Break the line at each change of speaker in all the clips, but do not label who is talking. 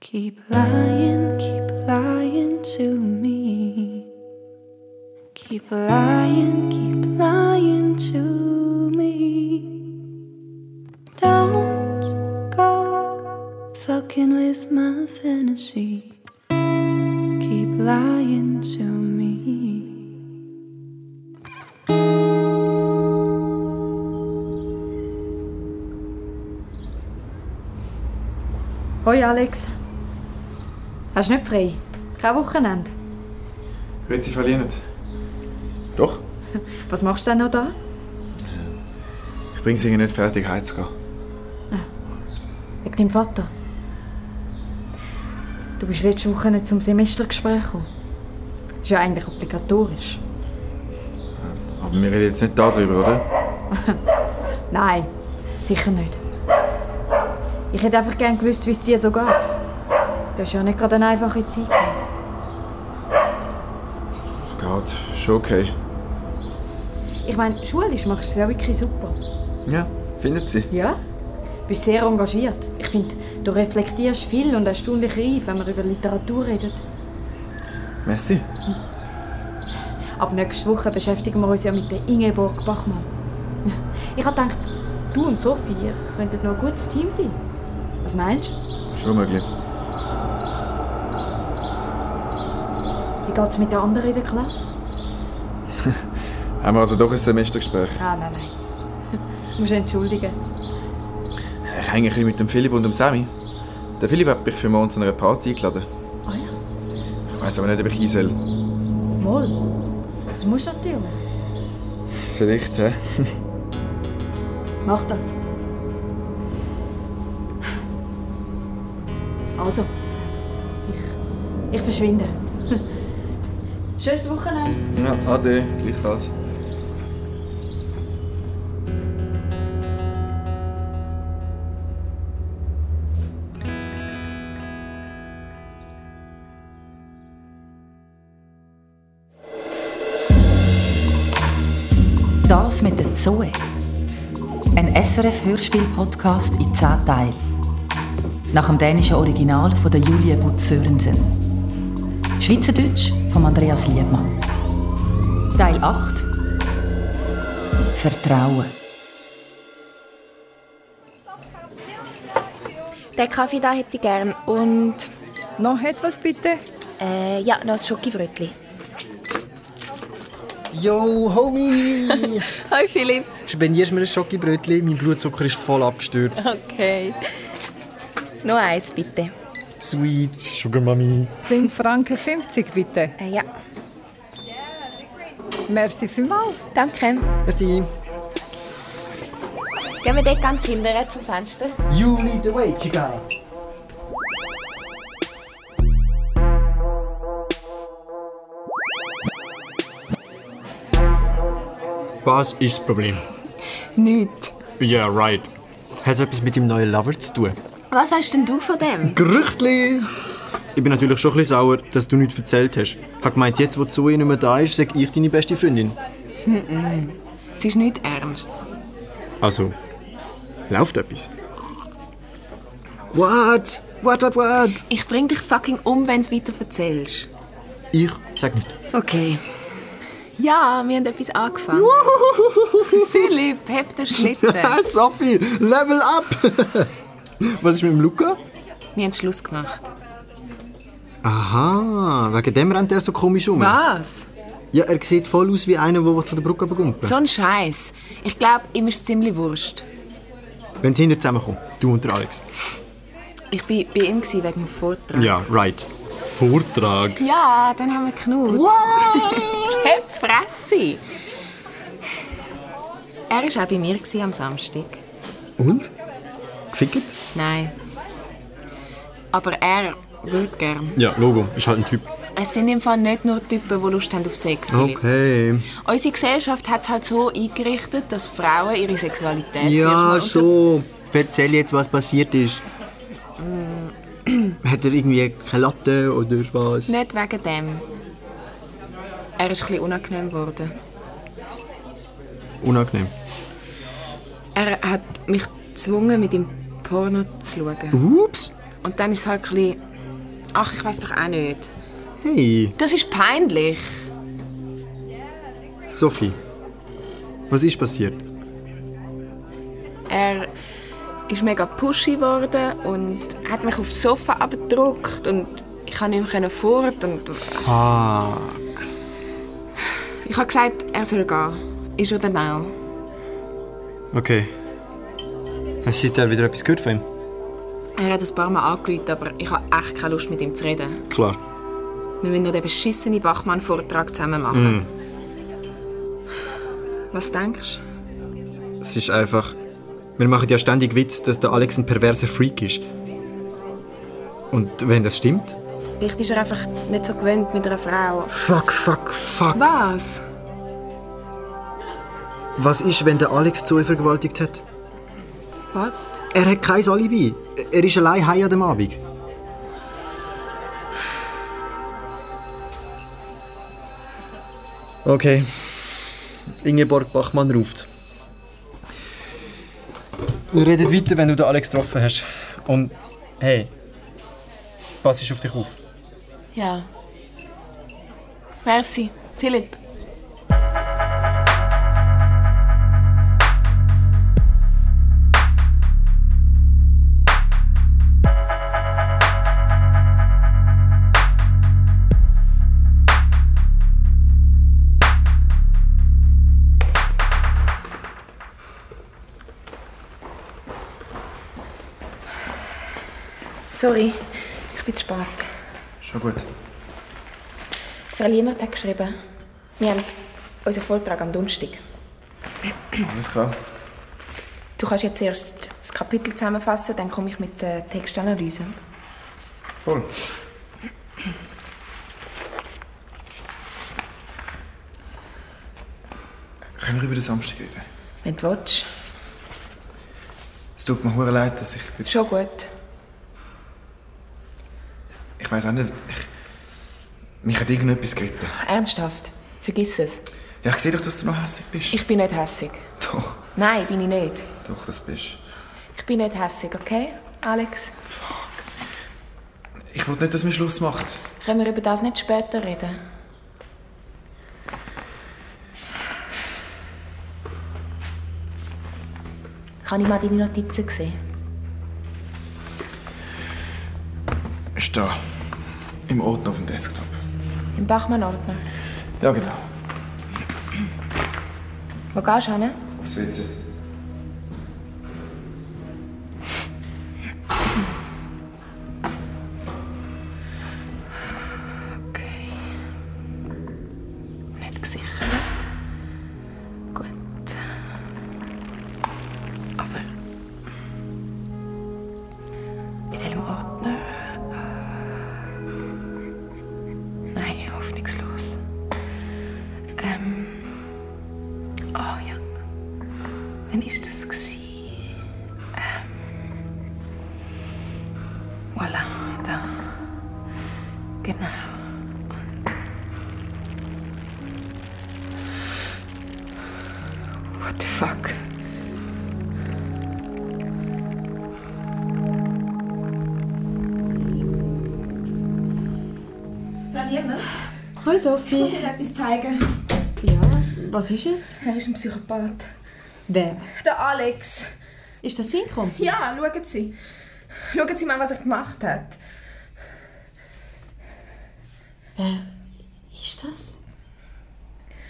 Keep lying, keep lying to me. Keep lying, keep lying to me. Don't go fucking with my fantasy. Keep lying to me.
Hoi Alex. Hast du nicht frei? Kein Wochenende.
Wird sie verlieren. Doch,
Was machst du denn noch da?
ich bringe sie ihnen nicht fertig, heimzugehen.
Wegen deinem Vater. Du bist letzte Woche nicht zum Semestergespräch gekommen. Ist ja eigentlich obligatorisch.
Aber wir reden jetzt nicht darüber, oder?
Nein, sicher nicht. Ich hätte einfach gerne gewusst, wie es dir so geht. Das ist ja nicht gerade eine einfache Zeit. gewesen.
Es geht, schon okay.
Ich meine, schulisch machst du es ja wirklich super.
Ja, findet sie.
Ja? Du bist sehr engagiert. Ich finde, du reflektierst viel und erstaunlich reif, wenn man über Literatur redet.
Messi?
Ab nächste Woche beschäftigen wir uns ja mit der Ingeborg Bachmann. Ich habe gedacht, du und Sophie ihr könntet noch ein gutes Team sein. Was meinst du?
Schon möglich.
Wie geht es mit den anderen in der Klasse?
Haben wir also doch ein Semestergespräch.
Ah, nein, nein. Du musst entschuldigen.
Ich hänge ein bisschen mit dem Philipp und dem Sammy. Der Philipp hat mich für morgen zu einer Party eingeladen.
Ah ja,
Ich weiß aber nicht, ob ich hin soll.
mal. Das musst du natürlich.
Vielleicht, hä?
Mach das. Also, ich, ich verschwinde. Schönes Wochenende.
Ja, ade. Gleichfalls.
Das mit der Zoe. Ein SRF-Hörspiel-Podcast in 10 Teilen. Nach dem dänischen Original von der Julie Butz Sörensen. Schweizerdeutsch von Andreas Liebmann. Teil 8. Vertrauen.
Den Kaffee da hätte ich gern und
Noch etwas bitte?
äh, ja, noch ein Schokibrötli.
Yo, Homie!
Hi Philipp.
Spendierst mir ein Schokibrötchen? Mein Blutzucker ist voll abgestürzt.
Okay. Noch eins bitte.
Sweet Sugar Mami.
5 Franken 50 bitte.
Äh, ja,
Merci vielmals.
danke.
Merci.
Gehen wir dort ganz hinten zum Fenster.
You lead the way, Chica.
Was ist das Problem?
Nicht.
Yeah, right. Hat es etwas mit dem neuen Lover zu tun?
Was weißt denn du von dem?
Gerüchtli! Ich bin natürlich schon ein bisschen sauer, dass du nichts erzählt hast. Ich habe gemeint, jetzt, wo Zoe nicht mehr da ist, sage ich deine beste Freundin.
Es ist nicht ernst.
Also, läuft etwas? What? What, what, what?
Ich bring dich fucking um, wenn du weiter erzählst.
Ich sag nicht.
Okay. Ja, wir haben etwas angefangen. Philipp, heb den Schlitten. wir
Ah, Sophie, level up! Was ist mit dem Luca?
haben Schluss gemacht.
Aha, wegen dem rennt er so komisch um.
Was?
Ja, er sieht voll aus wie einer, der von der Brücke bekommt.
So ein Scheiß. Ich glaube, ihm ist es ziemlich wurscht.
Wenn sie nicht zusammenkommen, du und der Alex.
Ich war bei ihm gewesen wegen dem Vortrag.
Ja, right. Vortrag.
Ja, dann haben wir geknutscht. Hey, Fresse! Er war auch bei mir gewesen am Samstag.
Und? Gefickt?
Nein. Aber er würde gern.
Ja, Logo. Ist halt ein Typ.
Es sind im Fall nicht nur Typen, die Lust haben auf Sex. Philipp.
Okay.
Unsere Gesellschaft hat es halt so eingerichtet, dass Frauen ihre Sexualität
Ja,
zuerst mal unter-
schon. Erzähl jetzt, was passiert ist.
Mm.
Hat er irgendwie keine Latte oder was?
Nicht wegen dem. Er ist ein bisschen unangenehm geworden.
Unangenehm.
Er hat mich gezwungen, mit ihm Porno zu schauen.
Ups.
Und dann ist es halt ein bisschen
Ach, ich weiß doch auch nicht.
Hey,
Das ist peinlich.
Sophie. Was ist passiert?
Er ist mega pushy geworden und hat mich aufs Sofa abgedruckt und ich konnte nicht mehr fort. Und
Ah,
ich habe gesagt, er soll gehen. Ist oder now?
okay. Hast du seither wieder etwas gehört von ihm?
Er hat ein paar Mal angerufen, aber ich habe echt keine Lust, mit ihm zu reden.
Klar.
Wir müssen noch den beschissenen Bachmann-Vortrag zusammen machen. Was denkst du?
Es ist einfach. Wir machen ja ständig Witz, dass der Alex ein perverser Freak ist. Und wenn das stimmt?
Vielleicht ist er einfach nicht so gewöhnt mit einer Frau.
Fuck, fuck, fuck.
Was?
Was ist, wenn der Alex Zoe vergewaltigt hat?
Was?
Er hat kein Alibi. Er ist allein heim an dem Abend. Okay. Ingeborg Bachmann ruft. Wir reden weiter, wenn du den Alex getroffen hast. Und hey, pass auf dich auf.
Ja. Merci, Philipp.
Sorry, ich bin zu spät.
Schon gut.
Die Frau Lienert hat geschrieben, wir haben unseren Vortrag am Donnerstag.
Alles klar.
Du kannst jetzt erst das Kapitel zusammenfassen, dann komme ich mit der Textanalyse.
Voll. Können wir über den Samstag reden?
Wenn du willst.
Es tut mir hure leid, dass ich...
Schon gut.
Ich weiß auch nicht, ich... Mich hat irgendetwas geritten.
Ernsthaft, vergiss es.
Ja, ich sehe doch, dass du noch hässlich bist.
Ich bin nicht hässig.
Doch,
Nein, bin ich nicht.
doch, das bist
Ich bin nicht hässig, okay, Alex?
Ich wollte nicht, dass wir Schluss machen.
Können wir über das nicht später reden? Kann ich mal deine Notizen sehen?
Ist da. Im Ordner auf dem Desktop.
Im Bachmann-Ordner.
Ja, genau.
Wo gehst du hin?
Aufs WC.
Nicht gesichert. Gut. Aber. In welchem Ordner? Äh, Nein, hoffnungslos. Ähm. Oh ja. Wann ist das? gsi? Ähm. Voilà, da. Genau. What the fuck?
Hoi Sophie. Ich muss dir etwas zeigen. Ja, was ist es?
Er ist ein Psychopath.
Wer?
Der Alex.
Ist das Synchron?
Ja, schauen Sie. Schauen Sie mal, was er gemacht hat.
Wer ist das?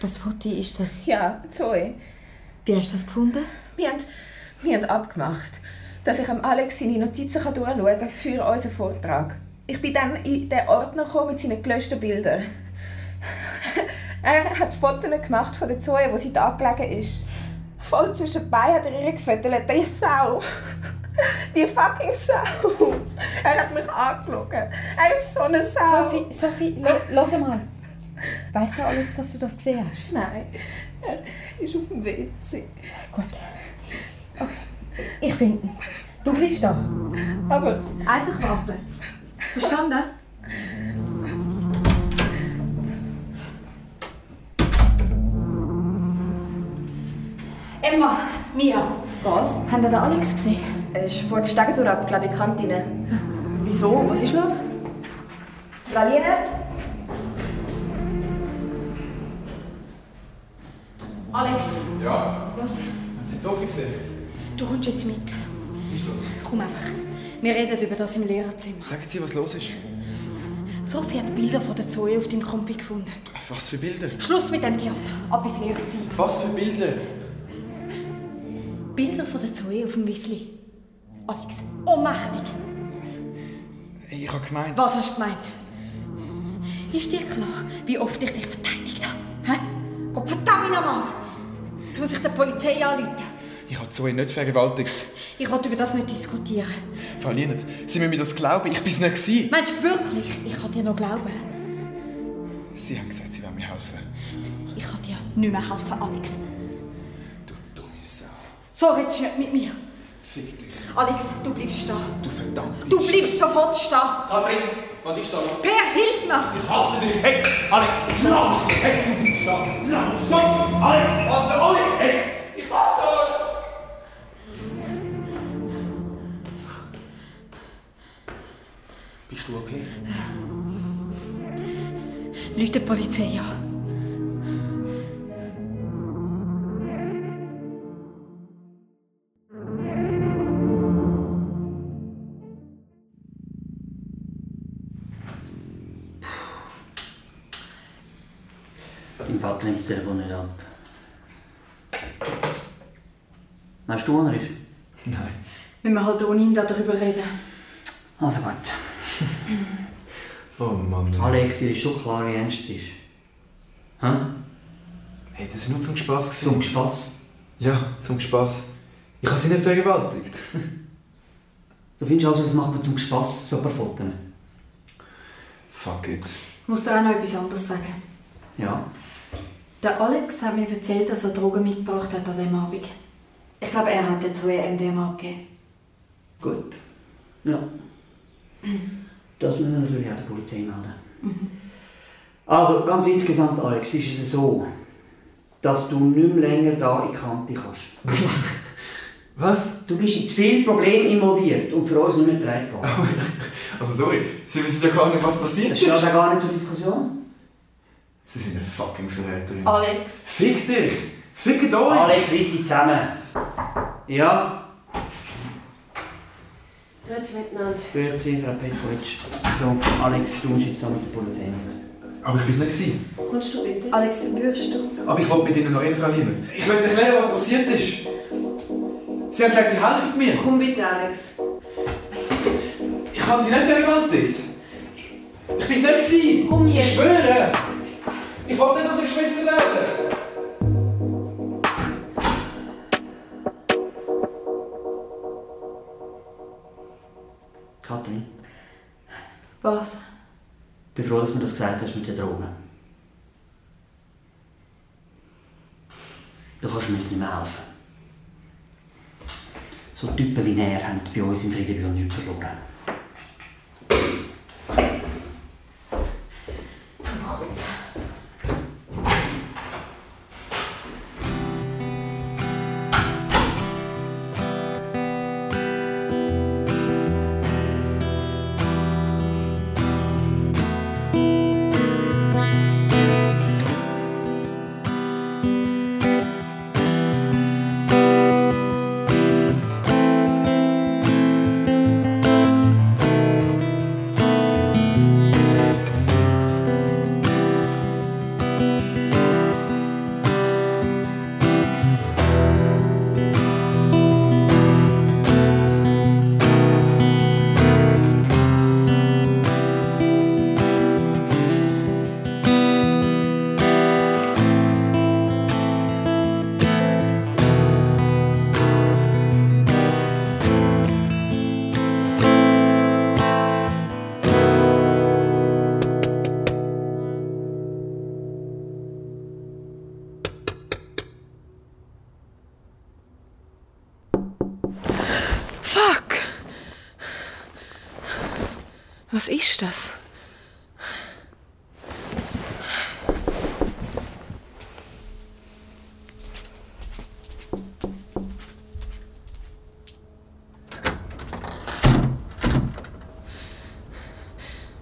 Das Foto ist das...
Ja, Zoe.
Wie hast du das gefunden?
Wir haben, wir haben abgemacht, dass ich am Alex seine Notizen kann durchschauen kann für unseren Vortrag. Ich bin dann in den Ordner gekommen mit seinen gelöschten Bildern. er hat Fotos gemacht von der Zoe, wo sie da gelegen ist. Voll zwischen den Beinen hat er ihre gefettelt. Die Sau. Die fucking Sau. Er hat mich angeschaut. Er ist so eine Sau.
Sophie, Sophie, lo- los mal. Weißt du, Alex, dass du das gesehen hast?
Nein, er ist auf dem WC.
Gut. Okay. Ich finde. ihn. Du bleibst da.
Aber
Einfach warten. Verstanden? Emma, Mia. Was? Haben ihr den Alex gesehen?
Er ist vor der Stegentour ab, glaube ich, Kantine.
Wieso? Was ist los? Frau Lienert? Alex,
Ja,
was?
haben Sie die Sophie gesehen?
Du kommst jetzt mit.
Was ist los?
Komm einfach. Wir reden über das im Lehrerzimmer.
Sagen Sie, was los ist.
Die Sophie hat Bilder von der Zoe auf deinem Kompi gefunden.
Was für Bilder?
Schluss mit dem Theater. Ab ins Lehrerzimmer.
Was für Bilder?
Bilder von der Zoe auf dem Wiesli. Alex, ohnmächtig.
Ich habe gemeint...
Was hast du gemeint? Ist dir klar, wie oft ich dich verteidigt habe? Hä? Gott verdammt nochmal! Jetzt muss ich der Polizei anrufen.
Ich habe Zoe nicht vergewaltigt.
Ich will über das nicht diskutieren.
Frau Lienert, Sie müssen mir das glauben, ich bin es nicht. Gewesen.
Meinst du wirklich? Ich kann dir noch glauben.
Sie haben gesagt, Sie wollen mir helfen.
Ich kann dir nicht mehr helfen, Alex.
Dumme Sau.
So redest du nicht mit mir.
Fick dich,
Alex, du bleibst stehen.
du verdammte...
Du bleibst sofort stehen.
Katrin, was ist da los?
Per, hilf mir!
Ich hasse dich! Hey, Alex, schlag mich! Hey, du bleibst da! Schlag mich! Alex, was soll ich? Hey, ich hasse euch! Bist du okay?
Leute die Polizei an.
Mein Vater nimmt das Telefon nicht ab. Weißt du, wo er ist? Nein.
Wenn wir halt ohne ihn darüber reden.
Also gut.
Oh Mann.
Alex, dir ist schon klar, wie ernst es ist. Hä?
Hey, das war nur zum Spass. Gewesen.
Zum Spass?
Ja, zum Spass. Ich habe sie nicht vergewaltigt.
Du findest also, das macht man zum Spass, so ein paar Fotos?
Fuck it.
Ich muss dir auch noch etwas anderes sagen.
Ja.
Der Alex hat mir erzählt, dass er Drogen mitgebracht hat an diesem Abend. Ich glaube, er hat der Zoe MDMA gegeben.
Gut. Ja. Das müssen wir natürlich auch der Polizei melden.
Mhm.
Also, ganz insgesamt, Alex, ist es so, dass du nicht mehr länger da in die Kante kannst.
Was?
Du bist in zu viele Probleme involviert und für uns nicht mehr tragbar.
Also sorry, Sie wissen ja gar nicht, was passiert
Das
ist.
steht ja gar nicht zur Diskussion.
Sie sind eine fucking Verräterin.
Alex.
Fick dich! Fickt euch!
Ah. Alex, reiss dich zusammen. Ja,
Grüezi miteinander.
grüezi, Frau Petkovic. So, Alex, du musst jetzt da mit der Polizei reden.
Aber ich bin es nicht. Gewesen.
Kommst du bitte? Alex, würdest du?
Aber ich wollte mit Ihnen noch reden, Frau Lienert. Ich möchte erklären, was passiert ist. Sie haben gesagt, Sie helfen mir.
Komm bitte, Alex.
Ich habe Sie nicht vergewaltigt. Ich bin es nicht. Gewesen.
Komm jetzt.
Ich schwöre. Ich wollte nicht, dass Sie geschmissen werden.
Katrin,
Was?
ich bin froh, dass du mir das gesagt hast mit den Drogen. Du kannst mir jetzt nicht mehr helfen. So Typen wie er haben bei uns im Friedebühl nichts verloren.
Zum Hund.
Fuck! Was ist das?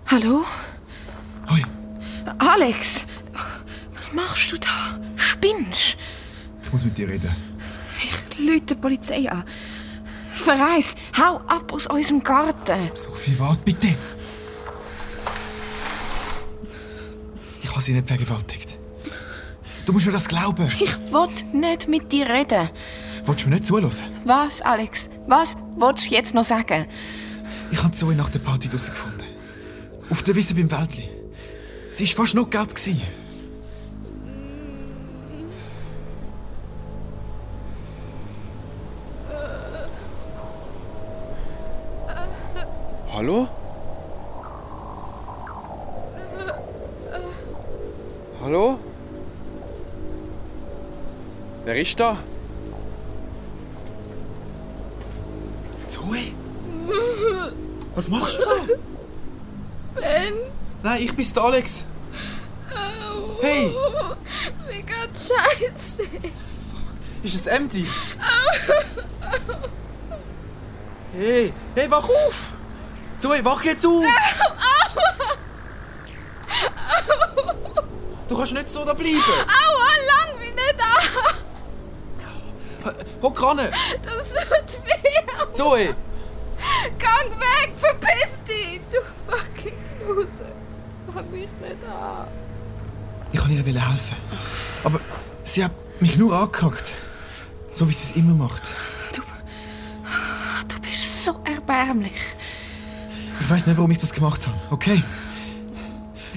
Hallo?
Alex! Was machst du da? Spinnst?
Ich muss mit dir reden.
Ich lüte die Polizei an. Verreis, hau ab aus unserem Garten.
Sophie, warte bitte! Ich habe sie nicht vergewaltigt. Du musst mir das glauben.
Ich will nicht mit dir reden.
Willst du mir nicht zuhören?
Was, Alex? Was willst du jetzt noch sagen?
Ich habe Zoe nach der Party draussen gefunden. Auf der Wiese beim Wäldli. Sie war fast noch gelb. gewesen. Hallo? Hallo? Wer ist da? Zoe? Was machst du da?
Ben,
Nein, ich bin's, der Alex. Hey!
mir geht's scheiße.
Ist es empty? Hey, hey, wach auf! Zoe, wach jetzt auf! Du kannst nicht so da bleiben!
Aua, lang mich nicht an.
Hock ran!
Das tut weh.
Zoe!
Gang weg, verpiss dich. Du fucking Loser. Fang mich nicht an.
Ich kann ihr helfen. Aber sie hat mich nur angekackt. So wie sie es immer macht.
Du bist so erbärmlich.
Ich weiß nicht, warum ich das gemacht habe, okay?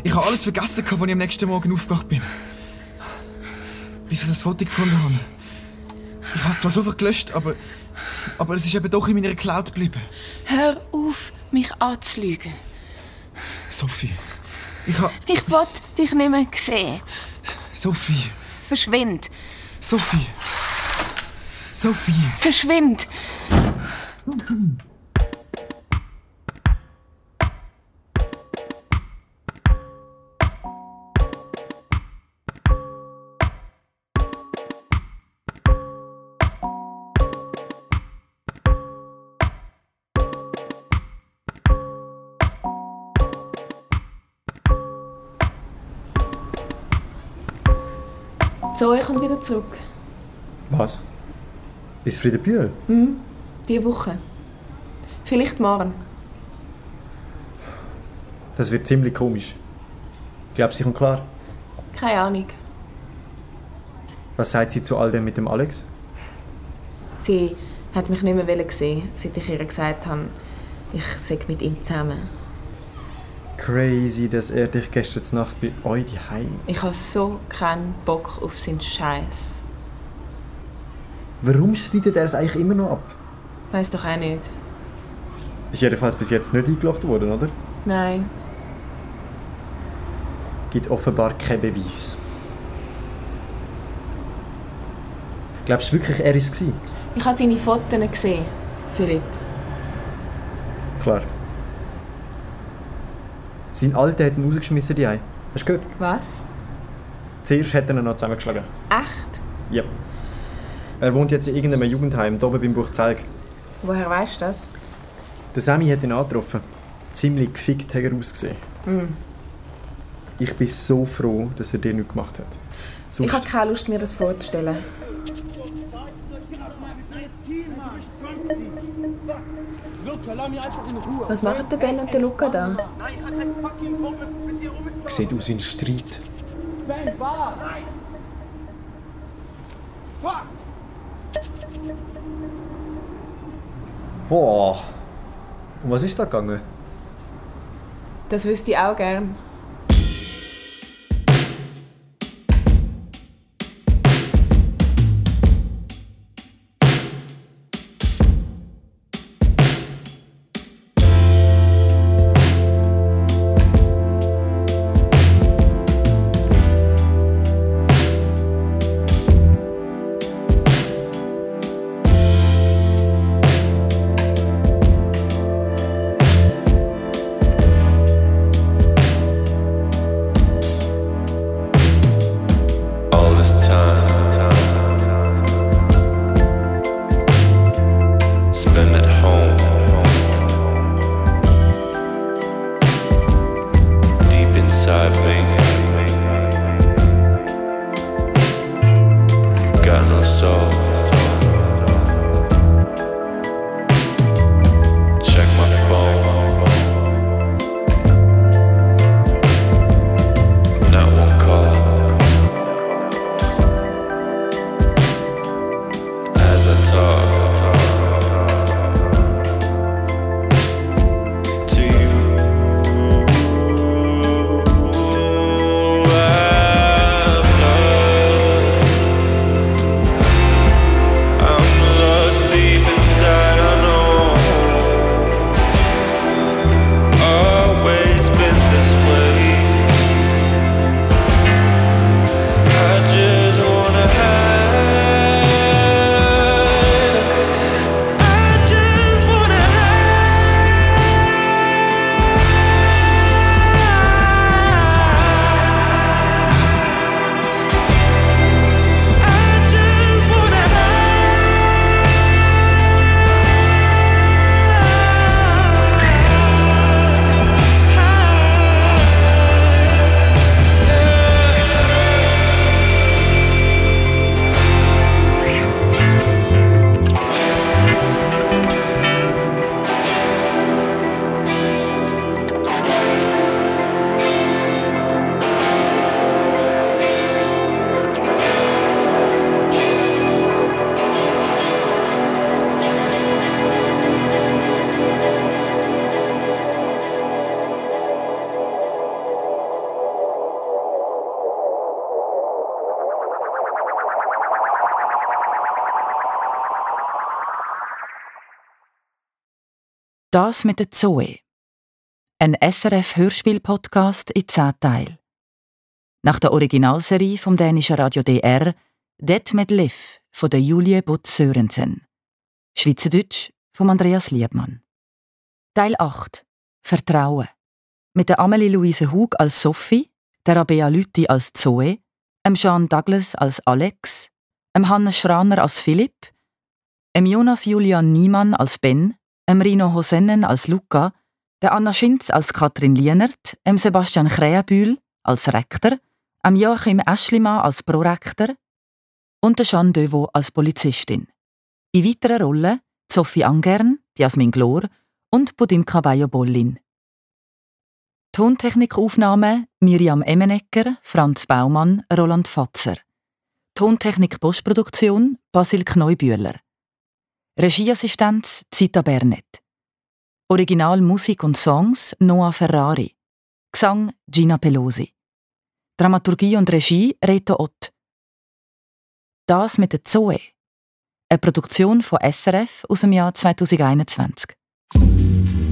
Ich habe alles vergessen, als ich am nächsten Morgen aufgewacht bin. Bis ich das Foto gefunden habe. Ich habe es zwar sofort gelöscht, aber, aber es ist eben doch in meiner Cloud geblieben.
Hör auf, mich anzulügen.
Sophie. Ich habe.
Ich will dich nicht mehr sehen.
Sophie.
Verschwind.
Sophie. Sophie.
Verschwind.
Zoe kommt wieder zurück.
Was? Bis Friedebühl?
Mhm. Diese Woche. Vielleicht morgen.
Das wird ziemlich komisch. Glaubst du, sie kommt klar?
Keine Ahnung.
Was sagt sie zu all dem mit dem Alex?
Sie hat mich nicht mehr gesehen, seit ich ihr gesagt habe, ich sei mit ihm zusammen.
Crazy, dass er dich gestern Nacht bei euch die
Ich habe so keinen Bock auf seinen Scheiß.
Warum schneidet er es eigentlich immer noch ab?
Weiß doch auch nicht.
Ist jedenfalls bis jetzt nicht eingelacht worden, oder?
Nein.
Gibt offenbar keinen Beweis. Glaubst du wirklich, er war es?
Ich habe seine Fotos gesehen, Philipp.
Klar. Sein Alter hat ihn rausgeschmissen, die Hei. Hast du gehört?
Was?
Zuerst hat er ihn noch zusammengeschlagen.
Echt?
Ja. Er wohnt jetzt in irgendeinem Jugendheim, da oben beim Buchzelg.
Woher weißt du das?
Der Sammy hat ihn angetroffen. Ziemlich gefickt hat er ausgesehen.
Hm.
Ich bin so froh, dass er dir nichts gemacht hat.
Ich
Sonst
habe keine Lust, mir das vorzustellen.
Luca, lass mich einfach in Ruhe.
Was machen der Ben und der Luca da?
Nein, ich hab keinen fucking Bock mehr mit dir rumzukommen.
sieht aus wie ein Streit.
Ben, war! Nein! Fuck!
Boah. Und was ist da gegangen?
Das wüsste ich auch gern.
all this time. Spend at home. Deep inside me.
I'm sold. Check my phone. Not one call. As I talk to you. I'm lost deep inside. I know always been this way. I just wanna hide. I just wanna hide. I just wanna hide.
Das mit der Zoe. Ein SRF-Hörspiel-Podcast in 10 Teilen. Nach der Originalserie vom dänischen Radio DR «Det med Liv» von der Julie Butz Sörensen. Schweizerdeutsch von Andreas Liebmann. Teil 8. Vertrauen. Mit der Amelie Louise Hug als Sophie, der Rabea Lüthi als Zoe, dem Jean Douglas als Alex, dem Hannes Schraner als Philipp, dem Jonas Julian Niemann als Ben, dem Rino Hosennen als Luca, der Anna Schinz als Katrin Lienert, dem Sebastian Krähenbühl als Rektor, dem Joachim Eschlimann als Prorektor und der Jeanne Deveau als Polizistin. In weiteren Rollen die Sophie Angern, die Jasmin Glor und Budimka Bayo-Bollin. Tontechnikaufnahmen Miriam Emenecker, Franz Baumann, Roland Fatzer. Tontechnik Postproduktion Basil Kneubühler. Regieassistenz Zita Bernet. Original Musik und Songs Noah Ferrari. Gesang Gina Pelosi. Dramaturgie und Regie Reto Ott. Das mit der Zoe. Eine Produktion von SRF aus dem Jahr 2021.